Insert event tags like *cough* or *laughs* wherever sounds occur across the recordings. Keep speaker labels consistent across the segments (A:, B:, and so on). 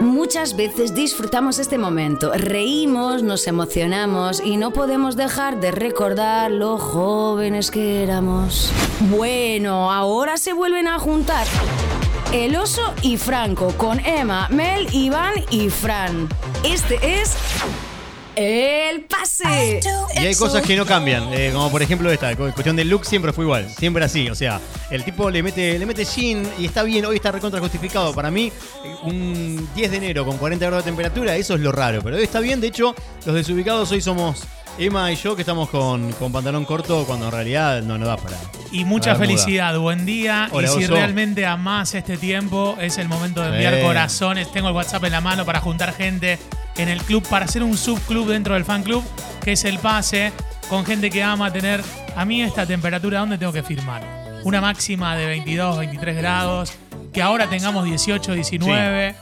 A: Muchas veces disfrutamos este momento, reímos, nos emocionamos y no podemos dejar de recordar lo jóvenes que éramos. Bueno, ahora se vuelven a juntar. El oso y Franco con Emma, Mel, Iván y Fran. Este es el pase.
B: Y hay cosas que no cambian, eh, como por ejemplo esta, cu- cuestión del look siempre fue igual, siempre así, o sea, el tipo le mete le mete jean y está bien, hoy está recontra justificado, para mí eh, un 10 de enero con 40 grados de temperatura, eso es lo raro, pero hoy está bien, de hecho, los desubicados hoy somos Emma y yo que estamos con, con pantalón corto cuando en realidad no nos da para.
C: Y mucha
B: para bermuda.
C: felicidad, buen día.
B: Hola,
C: y si
B: Oso.
C: realmente amás este tiempo, es el momento de enviar
B: Sí.
C: corazones. Tengo el WhatsApp en la mano para juntar gente en el club, para hacer un subclub dentro del fan club, que es el pase, con gente que ama tener. A mí, esta temperatura, ¿dónde tengo que firmar? Una máxima de 22, 23 grados. Que ahora tengamos 18, 19.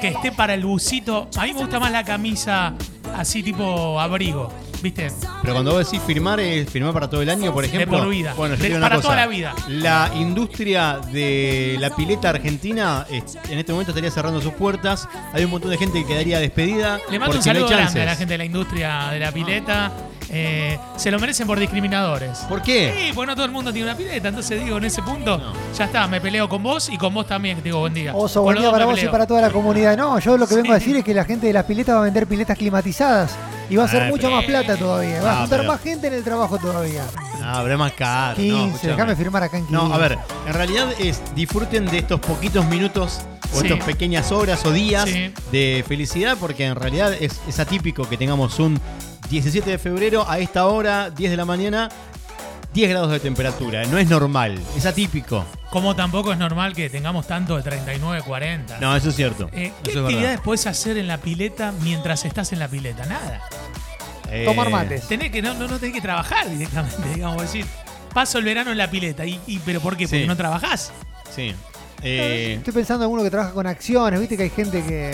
C: Que esté para el busito. A mí me gusta más la camisa así tipo abrigo. ¿Viste?
B: Pero cuando vos decís firmar, es firmar para todo el año, por ejemplo.
C: por vida.
B: Bueno, yo
C: De-
B: te digo una
C: para
B: cosa.
C: toda la vida.
B: La industria de la pileta argentina eh, en este momento estaría cerrando sus puertas. Hay un montón de gente que quedaría despedida.
C: Le
B: porque no
C: mando un
B: hay
C: saludo grande
B: chances.
C: a la gente de la industria de la pileta. Eh, se lo merecen por discriminadores.
B: ¿Por qué?
C: Sí, pues no todo el mundo tiene una pileta, entonces digo, en ese punto, ya está, me peleo con vos y con vos también, que te digo buen día.
D: Oso,
C: Con
D: buen
C: los
D: día
C: dos
D: para
C: me
D: vos y
C: peleo.
D: para toda la comunidad. No, yo lo que vengo a
C: Sí.
D: decir es que la gente de las piletas va a vender piletas climatizadas y va a ser
B: Ah,
D: mucha
B: pero-
D: más plata todavía. Va
B: Ah,
D: a juntar
B: pero-
D: más gente en el trabajo todavía.
B: Ah, pero es más caro. no,
D: 15,
B: escuchame.
D: déjame firmar acá en 15.
B: No, a ver, en realidad es disfruten de estos poquitos minutos o
C: Sí.
B: estas pequeñas horas o días
C: Sí.
B: de felicidad, porque en realidad es, es atípico que tengamos un 17 de febrero a esta hora, 10 de la mañana, 10 grados de temperatura. No es normal, es atípico.
C: Como tampoco es normal que tengamos tanto de 39, 40.
B: No, eso es cierto.
C: Eh, ¿Qué
B: Eso es
C: actividades
B: verdad.
C: puedes hacer en la pileta mientras estás en la pileta? Nada.
B: Eh,
D: Tomar mates.
C: Tenés que, no, no, no tenés que trabajar directamente, *laughs* digamos, decir, paso el verano en la pileta. ¿Y, y- pero por qué? Porque
B: Sí.
C: no trabajás.
B: Sí. Eh,
D: Estoy pensando en uno que trabaja con acciones, viste que hay gente que,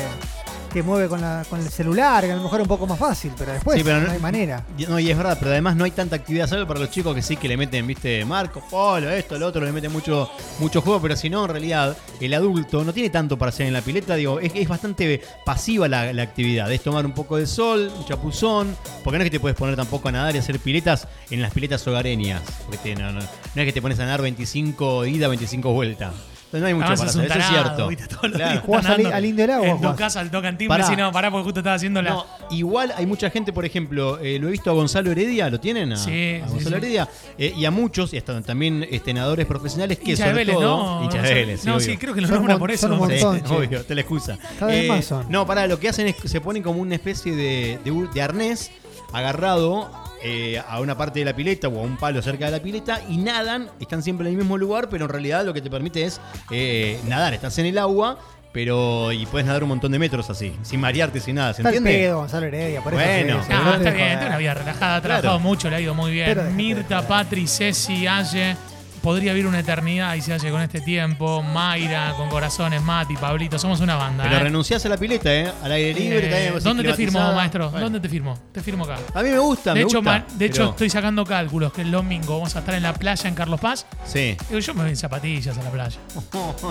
D: que mueve con, la, con el celular, que a lo mejor es un poco más fácil, pero después
B: Sí, pero
D: no,
B: no-
D: hay manera.
B: Y- No, y es verdad, pero además no hay tanta actividad, salvo para los chicos que sí que le meten, viste, Marco Polo, esto, lo otro, le meten mucho, mucho juego, pero si no, en realidad, el adulto no tiene tanto para hacer en la pileta, digo, es, es bastante pasiva la, la actividad, es tomar un poco de sol, un chapuzón, porque no es que te puedes poner tampoco a nadar y hacer piletas en las piletas hogareñas, porque te- no, no- no es que te pones a nadar 25 ida, 25 vueltas. Entonces no hay mucho
C: Además,
B: para
C: es un
B: hacer, eso es
C: tarado,
B: cierto.
C: ¿viste? Todos los
B: Claro.
C: días
D: Jugás
C: está
D: al-
C: nadando.
D: al indio del agua,
C: En tu
D: jugás.
C: casa, al tocan timbre.
B: Pará.
C: Sí, no, pará, porque justo estaba haciendo la.
B: No, igual hay mucha gente, por ejemplo, eh, lo he visto a Gonzalo Heredia, ¿lo tienen? A,
C: Sí,
B: a
C: sí,
B: Gonzalo
C: sí.
B: Heredia. eh, y a muchos, y hasta también este, nadadores profesionales que
C: Hincha
B: sobre
C: de Vélez,
B: todo.
C: ¿no?
B: hinchas de
C: No,
B: Vélez, sí,
C: no,
B: obvio.
C: sí, creo que lo
D: Son
C: nombran
D: mon-
C: por eso.
D: son
B: *laughs*
D: mon-
B: Sí,
D: montón, che.
B: obvio, te la excusa. Eh,
D: Cada vez más son.
B: No, pará, lo que hacen es que se ponen como una especie de, de, u- de arnés agarrado eh, a una parte de la pileta o a un palo cerca de la pileta y nadan, están siempre en el mismo lugar, pero en realidad lo que te permite es eh, nadar, estás en el agua. Pero, y puedes nadar un montón de metros así, sin marearte, sin nada, ¿se
D: Está el
B: entiende?
D: pedo, Gonzalo Heredia, por eso
B: Bueno.
D: se- se-
C: No,
D: no te
C: está
D: dejo
C: bien,
D: de-
C: tiene una vida relajada, ha
B: Claro.
C: trabajado mucho, le ha ido muy
D: Pero
C: bien.
D: déjate
C: Mirta, Patri, Ceci, Aye. Podría vivir una eternidad y se hace con este tiempo. Mayra, con corazones, Mati, Pablito, somos una banda.
B: Pero
C: ¿eh?
B: renunciás a la pileta, ¿eh? Al aire libre.
C: Eh,
B: también,
C: ¿Dónde te firmo,
B: climatizada.
C: maestro?
B: Bueno.
C: ¿Dónde te firmo? Te firmo acá.
B: A mí me gusta, me
C: de hecho,
B: gusta.
C: ma- de hecho
B: pero-
C: estoy sacando cálculos que el domingo vamos a estar en la playa en Carlos Paz.
B: Sí.
C: Digo, yo me voy en zapatillas a la playa.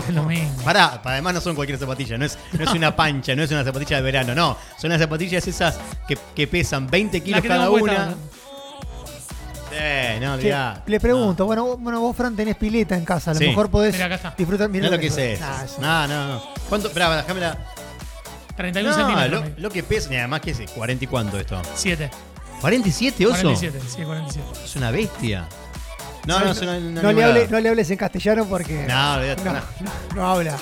C: es lo mismo.
B: *laughs* Pará, pa- además no son cualquier zapatilla, no es, no es una pancha, no es una zapatilla de verano, no. Son las zapatillas esas que, que pesan 20
C: La
B: kilos
C: que
B: cada
C: tengo puesta
B: una.
C: ahora.
B: Eh, no,
D: Che,
B: mirá.
D: le pregunto, bueno, vos- bueno, vos, Fran, tenés pileta en casa, a lo
B: Sí.
D: mejor podés
C: Mirá, acá está.
D: disfrutar.
B: No,
D: mirá
B: mirá lo que
D: es
B: es.
D: eso. Nah, eso-
B: No, no, no. ¿Cuánto? Pará, pará, déjamela.
C: 31
B: No,
C: centímetros.
B: lo, lo que pesa, y además, ¿qué es? ¿40 y cuánto esto?
C: 7.
B: ¿47, oso?
C: 47, sí, 47.
B: Es una bestia. No, no, es una. una
D: no le
B: animalada.
D: hable- no le hables en castellano porque
B: No, olvidate,
D: no,
B: no.
D: no- no habla.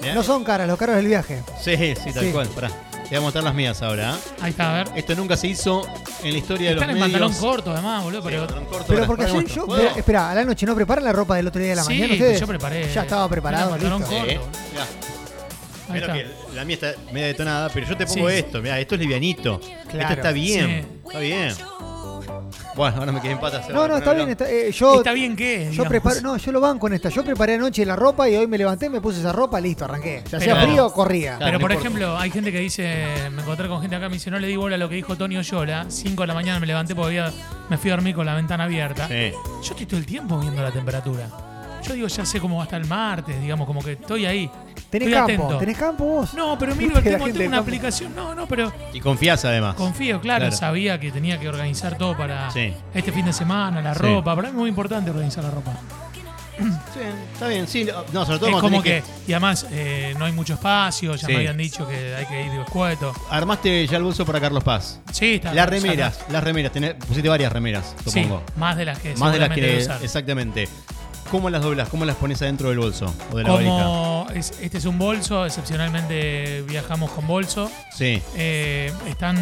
B: Mirá.
D: No son caras, los caros del viaje.
B: Sí, sí, tal
D: Sí.
B: cual. Pará. Te voy a mostrar las mías ahora. ¿ah?
C: Ahí está, a ver.
B: Esto nunca se hizo en la historia de los
C: Están en
B: medios.
C: pantalón corto, además, boludo.
B: Sí,
C: pero
B: pantalón corto,
D: Pero
B: ahora,
D: porque
B: para
D: ayer
B: mostrar.
D: yo,
B: ¿Puedo?
D: espera, espera, a la noche no preparan la ropa del otro día de la
C: Sí,
D: mañana ustedes.
C: yo preparé.
D: Ya estaba preparado,
C: Mira, pantalón
D: listo.
C: corto.
B: Sí,
C: boludo.
B: mirá.
C: Ahí
B: Mirá
C: está.
B: que la mía está media detonada, pero yo te pongo
C: Sí.
B: esto. Mira, esto es livianito.
D: Claro.
B: Esto está bien. Está bien. Bueno, ahora me quedé en patas.
D: No, no, está bien. está- eh, yo,
C: ¿Está bien qué?
D: yo
C: digamos?
D: preparo, no, yo lo banco en esta. Yo preparé anoche la ropa y hoy me levanté, me puse esa ropa, listo, arranqué. Si hacía
C: Pero-
D: frío,
B: Claro,
D: corría.
C: Pero,
B: no
C: por
B: importa.
C: ejemplo, hay gente que dice, me encontré con gente acá, me dice, no le di bola a lo que dijo Tony Oyola, 5 de la mañana me levanté porque había- me fui a dormir con la ventana abierta.
B: Sí.
C: Yo estoy todo el tiempo viendo la temperatura. Yo digo, ya sé cómo va a estar el martes, digamos, como que estoy ahí.
D: Tenés
C: estoy
D: campo,
C: atento.
D: tenés campo vos.
C: No,
D: *laughs*
C: pero
D: Viste
C: miro el
D: la
C: tema,
D: gente
C: tengo
D: del
C: una
D: campo.
C: aplicación. No, no, pero
B: Y confías además.
C: confío, claro,
B: Claro.
C: sabía que tenía que organizar todo para
B: Sí.
C: este fin de semana, la
B: Sí.
C: ropa. Para mí es muy importante organizar la ropa.
B: Sí, está bien, sí. No, sobre todo
C: Es
B: cuando
C: como que,
B: tenés
C: y además eh, no hay mucho espacio, ya
B: Sí.
C: me habían dicho que hay que ir de escueto.
B: Armaste ya el bolso para Carlos Paz.
C: Sí, está.
B: Las
C: ya está.
B: remeras, las remeras. tenés- pusiste varias remeras,
C: Sí,
B: supongo.
C: más de las que
B: Más de las
C: seguramente
B: que.
C: voy a usar.
B: Exactamente. ¿Cómo las doblas? ¿Cómo las pones adentro del bolso o de la valija?
C: Como es- este es un bolso, excepcionalmente viajamos con bolso,
B: Sí.
C: eh, están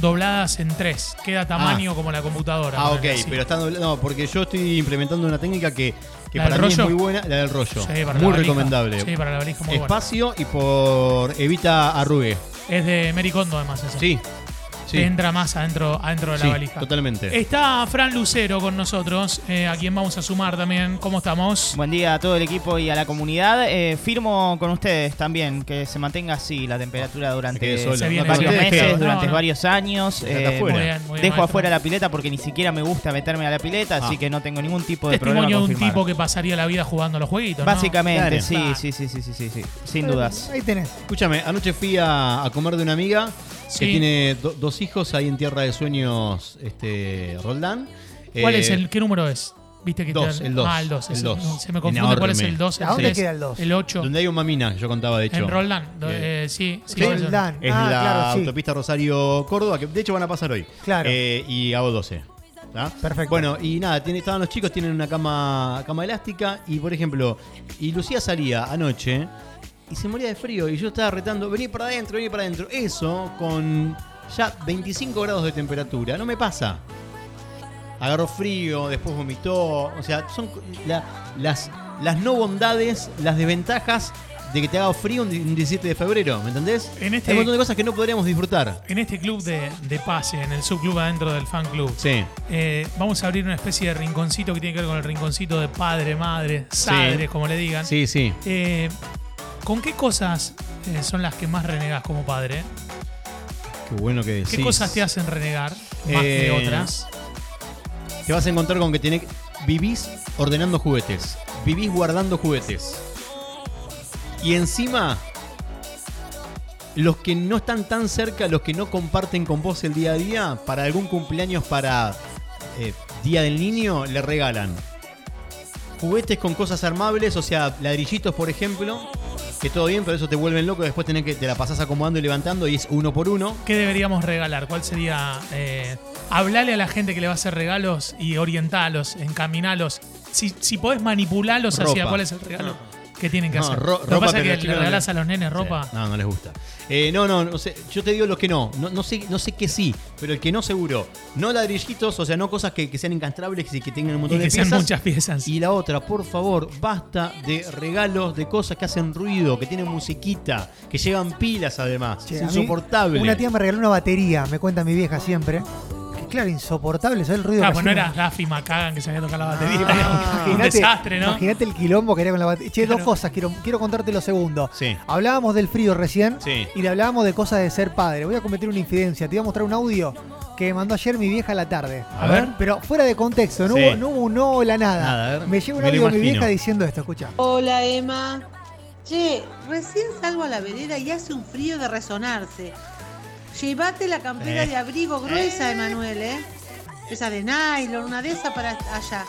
C: dobladas en tres. Queda tamaño como la computadora.
B: Ah, ok,
C: ponele así.
B: pero están dobladas. No, porque yo estoy implementando una técnica que, que
C: ¿La del
B: para mí es
C: rollo?
B: muy buena, la del rollo.
C: Sí, para la
B: muy
C: valija.
B: recomendable.
C: Sí, para la valija muy buena.
B: Espacio y por evita arrugue.
C: Es de Mericondo además esa.
B: Sí.
C: Te
B: Sí.
C: entra más adentro, adentro de la
B: sí,
C: valija.
B: Totalmente.
C: Está Fran Lucero con nosotros, eh, a quien vamos a sumar también. ¿Cómo estamos?
E: Buen día a todo el equipo y a la comunidad. Eh, firmo con ustedes también que se mantenga así la temperatura durante
B: quede sola.
C: Se viene
E: varios
C: sola.
E: meses,
C: Feo.
E: durante
C: No, no.
E: varios años.
B: Ya está
E: Eh,
B: afuera.
E: Dejo
C: maestro.
E: afuera la pileta porque ni siquiera me gusta meterme a la pileta, así
B: Ah.
E: que no tengo ningún tipo de problema
C: Testimonio de
E: con
C: un
E: firmar.
C: tipo que pasaría la vida jugando a los jueguitos. ¿no?
E: Básicamente,
B: Claro.
E: sí,
C: Claro.
E: sí, sí, sí, sí, sí, sí, sin
D: Bueno,
E: dudas.
D: Ahí tenés.
B: Escúchame, anoche fui a, a comer de una amiga que
C: Sí.
B: tiene do- dos hijos ahí en Tierra de Sueños, este, Roldán.
C: ¿Cuál
B: Eh,
C: es el qué número es? ¿Viste que
B: dos,
C: te-
B: el dos,
C: Ah, el 2.
B: el dos.
C: Se me confunde cuál es
B: Enorme.
C: el 2, el
D: ¿A dónde
C: tres,
D: queda el dos?
C: El 8.
B: Donde hay un mamina, yo contaba de hecho.
C: En Roldán. do-
B: Eh,
C: eh, sí, sí,
B: Sí.
C: eso.
D: Roldán.
B: Es
D: ah,
B: la
D: claro, sí.
B: autopista Rosario-Córdoba, que de hecho van a pasar hoy.
D: Claro.
B: Eh, y hago 12. ¿tá?
D: Perfecto.
B: Bueno, y nada, tiene- estaban los chicos, tienen una cama, cama elástica. Y por ejemplo, y Lucía salía anoche y se moría de frío. Y yo estaba retando, vení para adentro, vení para adentro. Eso con ya 25 grados de temperatura. No me pasa. Agarró frío, después vomitó. O sea, son co- la- las, las no bondades, las desventajas de que te haga frío un di- un 17 de febrero. ¿Me entendés?
C: En este-
B: Hay un montón de cosas que no podríamos disfrutar.
C: En este club de, de pase, en el subclub adentro del fan club,
B: Sí.
C: eh, vamos a abrir una especie de rinconcito que tiene que ver con el rinconcito de padre, madre, sadre, como le digan.
B: Sí, sí.
C: Eh, ¿Con qué cosas eh, son las que más renegas como padre?
B: Qué bueno que decís.
C: ¿Qué cosas te hacen renegar más que
B: Eh,
C: otras?
B: Te vas a encontrar con que tenés, vivís ordenando juguetes, vivís guardando juguetes. Y encima, los que no están tan cerca, los que no comparten con vos el día a día, para algún cumpleaños, para eh, Día del Niño, le regalan juguetes con cosas armables, o sea, ladrillitos, por ejemplo, que todo bien, pero eso te vuelven loco, después tenés que te la pasás acomodando y levantando y es uno por uno.
C: ¿Qué deberíamos regalar? ¿Cuál sería? Eh, hablale a la gente que le va a hacer regalos y orientalos, encaminalos. Si, si podés manipularlos hacia
B: Ropa.
C: cuál es el regalo que tienen que
B: No,
C: hacer.
B: ro-
C: Lo
B: ropa,
C: que pasa
B: pero
C: es
B: los
C: que
B: chicos
C: le
B: no
C: regalás
B: le-
C: a los nenes ropa.
B: Sí, No, no les gusta. Eh, no, no, no sé, yo te digo los que no. no. No sé no sé qué sí, pero el que no seguro. No ladrillitos, o sea, no cosas que, que sean incastrables y que tengan un montón
C: y
B: de
C: que sean
B: piezas.
C: muchas piezas.
B: Y la otra, por favor, basta de regalos, de cosas que hacen ruido, que tienen musiquita, que llevan pilas además.
D: Che,
B: es
D: a mí
B: insoportable.
D: Una tía me regaló una batería, me cuenta mi vieja siempre. Que claro, insoportable, ¿sabes el ruido?
C: Ah,
D: que
C: pues no
D: hacía?
C: era Daffy Macagan que se había tocado la batería.
D: Ah,
C: un
D: imagínate-
C: desastre, ¿no?
D: Imagínate el quilombo que era con la batería. Che,
C: Claro.
D: dos cosas, quiero, quiero contarte lo segundo.
B: Sí.
D: Hablábamos del frío recién
B: Sí.
D: y le hablábamos de cosas de ser padre. Voy a cometer una infidencia. Te voy a mostrar un audio que me mandó ayer mi vieja a la tarde.
B: A ver.
D: Pero fuera de contexto, no,
B: Sí.
D: hubo, no hubo un no, la nada.
B: Nada, a ver,
D: Me llega un
B: me lo
D: audio de mi
B: imagino.
D: vieja diciendo esto, escucha.
F: Hola Emma. Che, recién salgo a la vereda y hace un frío de resonarse. Llévate la campera
B: Eh.
F: de abrigo gruesa, Emanuel, ¿eh? Esa de nylon, una de esas para allá.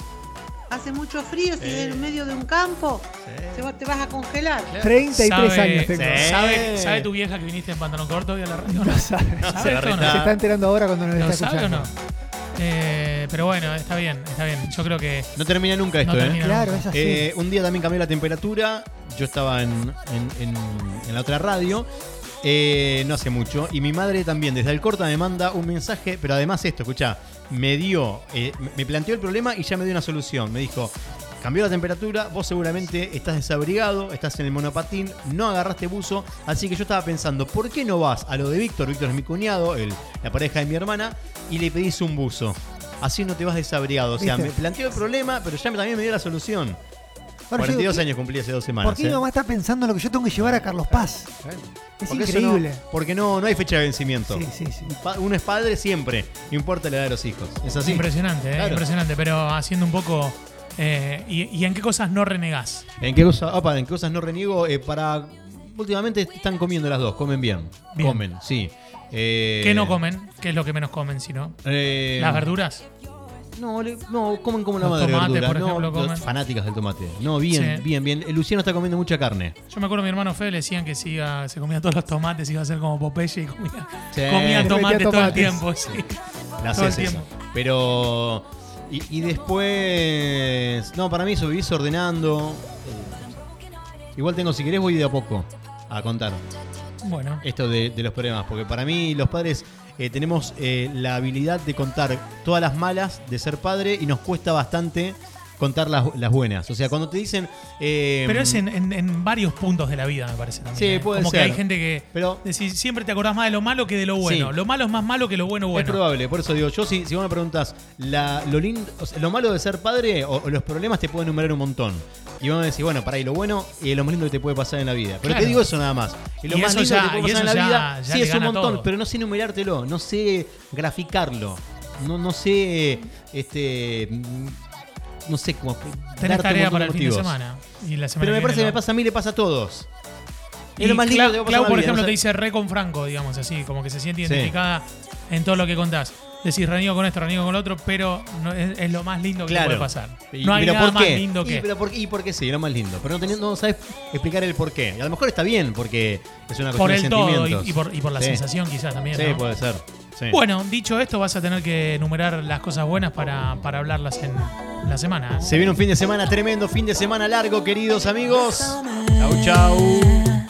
F: Hace mucho frío, si es en medio de un campo, se va- te vas a congelar.
D: 33 años tengo. *laughs*
B: Sí.
C: ¿sabe, sabe tu vieja que viniste en pantalón corto hoy a la radio? No,
D: sabe.
C: ¿Sabe
B: la
C: esto o no?
B: reta-
D: Se está enterando ahora cuando nos
C: ¿Lo
D: está
C: sabe o
D: escuchando.
C: no? Eh, pero bueno, está bien, está bien. Yo creo que
B: No termina nunca esto,
C: no
B: ¿eh?
C: termina
D: Claro,
C: nunca.
D: es así.
B: Eh, un día también cambió la temperatura. Yo estaba en, en- en- en la otra radio. eh, no hace mucho. Y mi madre también, desde el corta, me manda un mensaje. Pero además, esto, escuchá, me dio, eh, me- me planteó el problema y ya me dio una solución. Me dijo. Cambió la temperatura, vos seguramente estás desabrigado, estás en el monopatín, no agarraste buzo, así que yo estaba pensando, ¿por qué no vas a lo de Víctor? Víctor es mi cuñado, el- la pareja de mi hermana, y le pedís un buzo. Así no te vas desabrigado. O sea,
D: ¿Viste?
B: me planteó el problema, pero ya me- también me dio la solución.
D: Ahora yo digo,
B: 42
D: ¿qué-
B: años cumplí hace dos semanas.
D: ¿Por qué mi
B: eh?
D: mamá está pensando en lo que yo tengo que llevar a Carlos Paz? Es
B: Porque eso
D: increíble.
B: no- porque no, no hay fecha de vencimiento.
D: Sí, sí, sí.
B: Pa- Uno es padre siempre, no importa la edad de los hijos. Es así.
C: Impresionante, ¿eh?
B: Claro.
C: impresionante. Pero haciendo un poco Eh, y, y en qué cosas no renegás?
B: ¿En qué, cosa, opa, ¿En qué cosas no reniego? Eh, para. Últimamente están comiendo las dos, comen bien.
C: Bien.
B: Comen, sí. Eh,
C: ¿Qué no comen? ¿Qué es lo que menos comen, si no?
B: eh,
C: ¿Las verduras?
B: No, le- no, comen como la
C: Los
B: madre.
C: tomates,
B: verduras,
C: por
B: no,
C: ejemplo,
B: los
C: comen.
B: fanáticas del tomate. No, bien,
C: Sí.
B: bien, bien. Eh, Luciano está comiendo mucha carne.
C: Yo me acuerdo mi hermano Fede le decían que si iba- se comía todos los tomates, iba a ser como Popeye y comía,
B: Sí.
C: comía
B: Metía
C: tomates todo el
D: tomates.
C: tiempo. sí.
B: La
C: Todo
B: haces
C: el
B: esa.
C: tiempo.
B: Pero. Y, y después. No, para mí eso vivís ordenando. Eh, Igual tengo, si querés, voy de a poco a contar
C: Bueno,
B: esto de, de los problemas. Porque para mí, los padres eh, tenemos eh, la habilidad de contar todas las malas de ser padre y nos cuesta bastante contar las, las buenas. O sea, cuando te dicen. eh,
C: pero es en, en- en varios puntos de la vida, me parece también.
B: Sí,
C: ¿eh?
B: puede
C: como que
B: ser.
C: hay gente que
B: Pero-
C: decís, siempre te acordás más de lo malo que de lo bueno.
B: Sí.
C: Lo malo es más malo que lo bueno
B: Es
C: bueno.
B: probable, por eso digo, yo si, si vos me preguntas la, lo, lindo, o sea, lo malo de ser padre o, o los problemas te pueden enumerar un montón. Y vos me decís, bueno, para ahí lo bueno y lo más lindo que te puede pasar en la vida. Pero
C: Claro.
B: te digo eso nada más. Y lo
C: Y
B: más
C: eso
B: lindo
C: ya-
B: que te
C: y
B: puede pasar en la
C: eso ya-
B: vida,
C: ya
B: sí,
C: te
B: es un
C: gana
B: montón,
C: todo.
B: pero no sé enumerártelo, no sé graficarlo, no, no sé, este, mm, no sé cómo. darte
C: Tenés
B: un
C: tarea
B: montón
C: para
B: de
C: el fin de
B: motivos.
C: semana. Y la semana
B: Pero me
C: que
B: parece que
C: viene
B: me
C: lo-
B: pasa a mí, le pasa a todos.
C: Y
B: Es lo más lindo
C: Clau,
B: que te puede pasar en
C: Clau,
B: la
C: por
B: vida,
C: ejemplo,
B: no
C: te
B: sé.
C: dice re con Franco, digamos así, como que se siente
B: Sí.
C: identificada en todo lo que contás. Decís reniego con esto, reniego con lo otro, pero no- es, es lo más lindo que te
B: Claro.
C: puede pasar.
B: Y-
C: no hay
B: pero
C: nada
B: ¿por
C: más
B: qué?
C: lindo
B: Y,
C: que.
B: pero por, y porque sí, lo más lindo. Pero no, tenés- no sabes explicar el por qué. Y a lo mejor está bien porque es una cuestión
C: por
B: de
C: el todo y,
B: sentimientos.
C: y por, y por la
B: Sí.
C: sensación, quizás también.
B: Sí,
C: ¿no?
B: puede ser. Sí.
C: Bueno, dicho esto, vas a tener que enumerar las cosas buenas para, para hablarlas en la semana.
B: Se viene un fin de semana tremendo, fin de semana largo, queridos amigos. Chau, chau.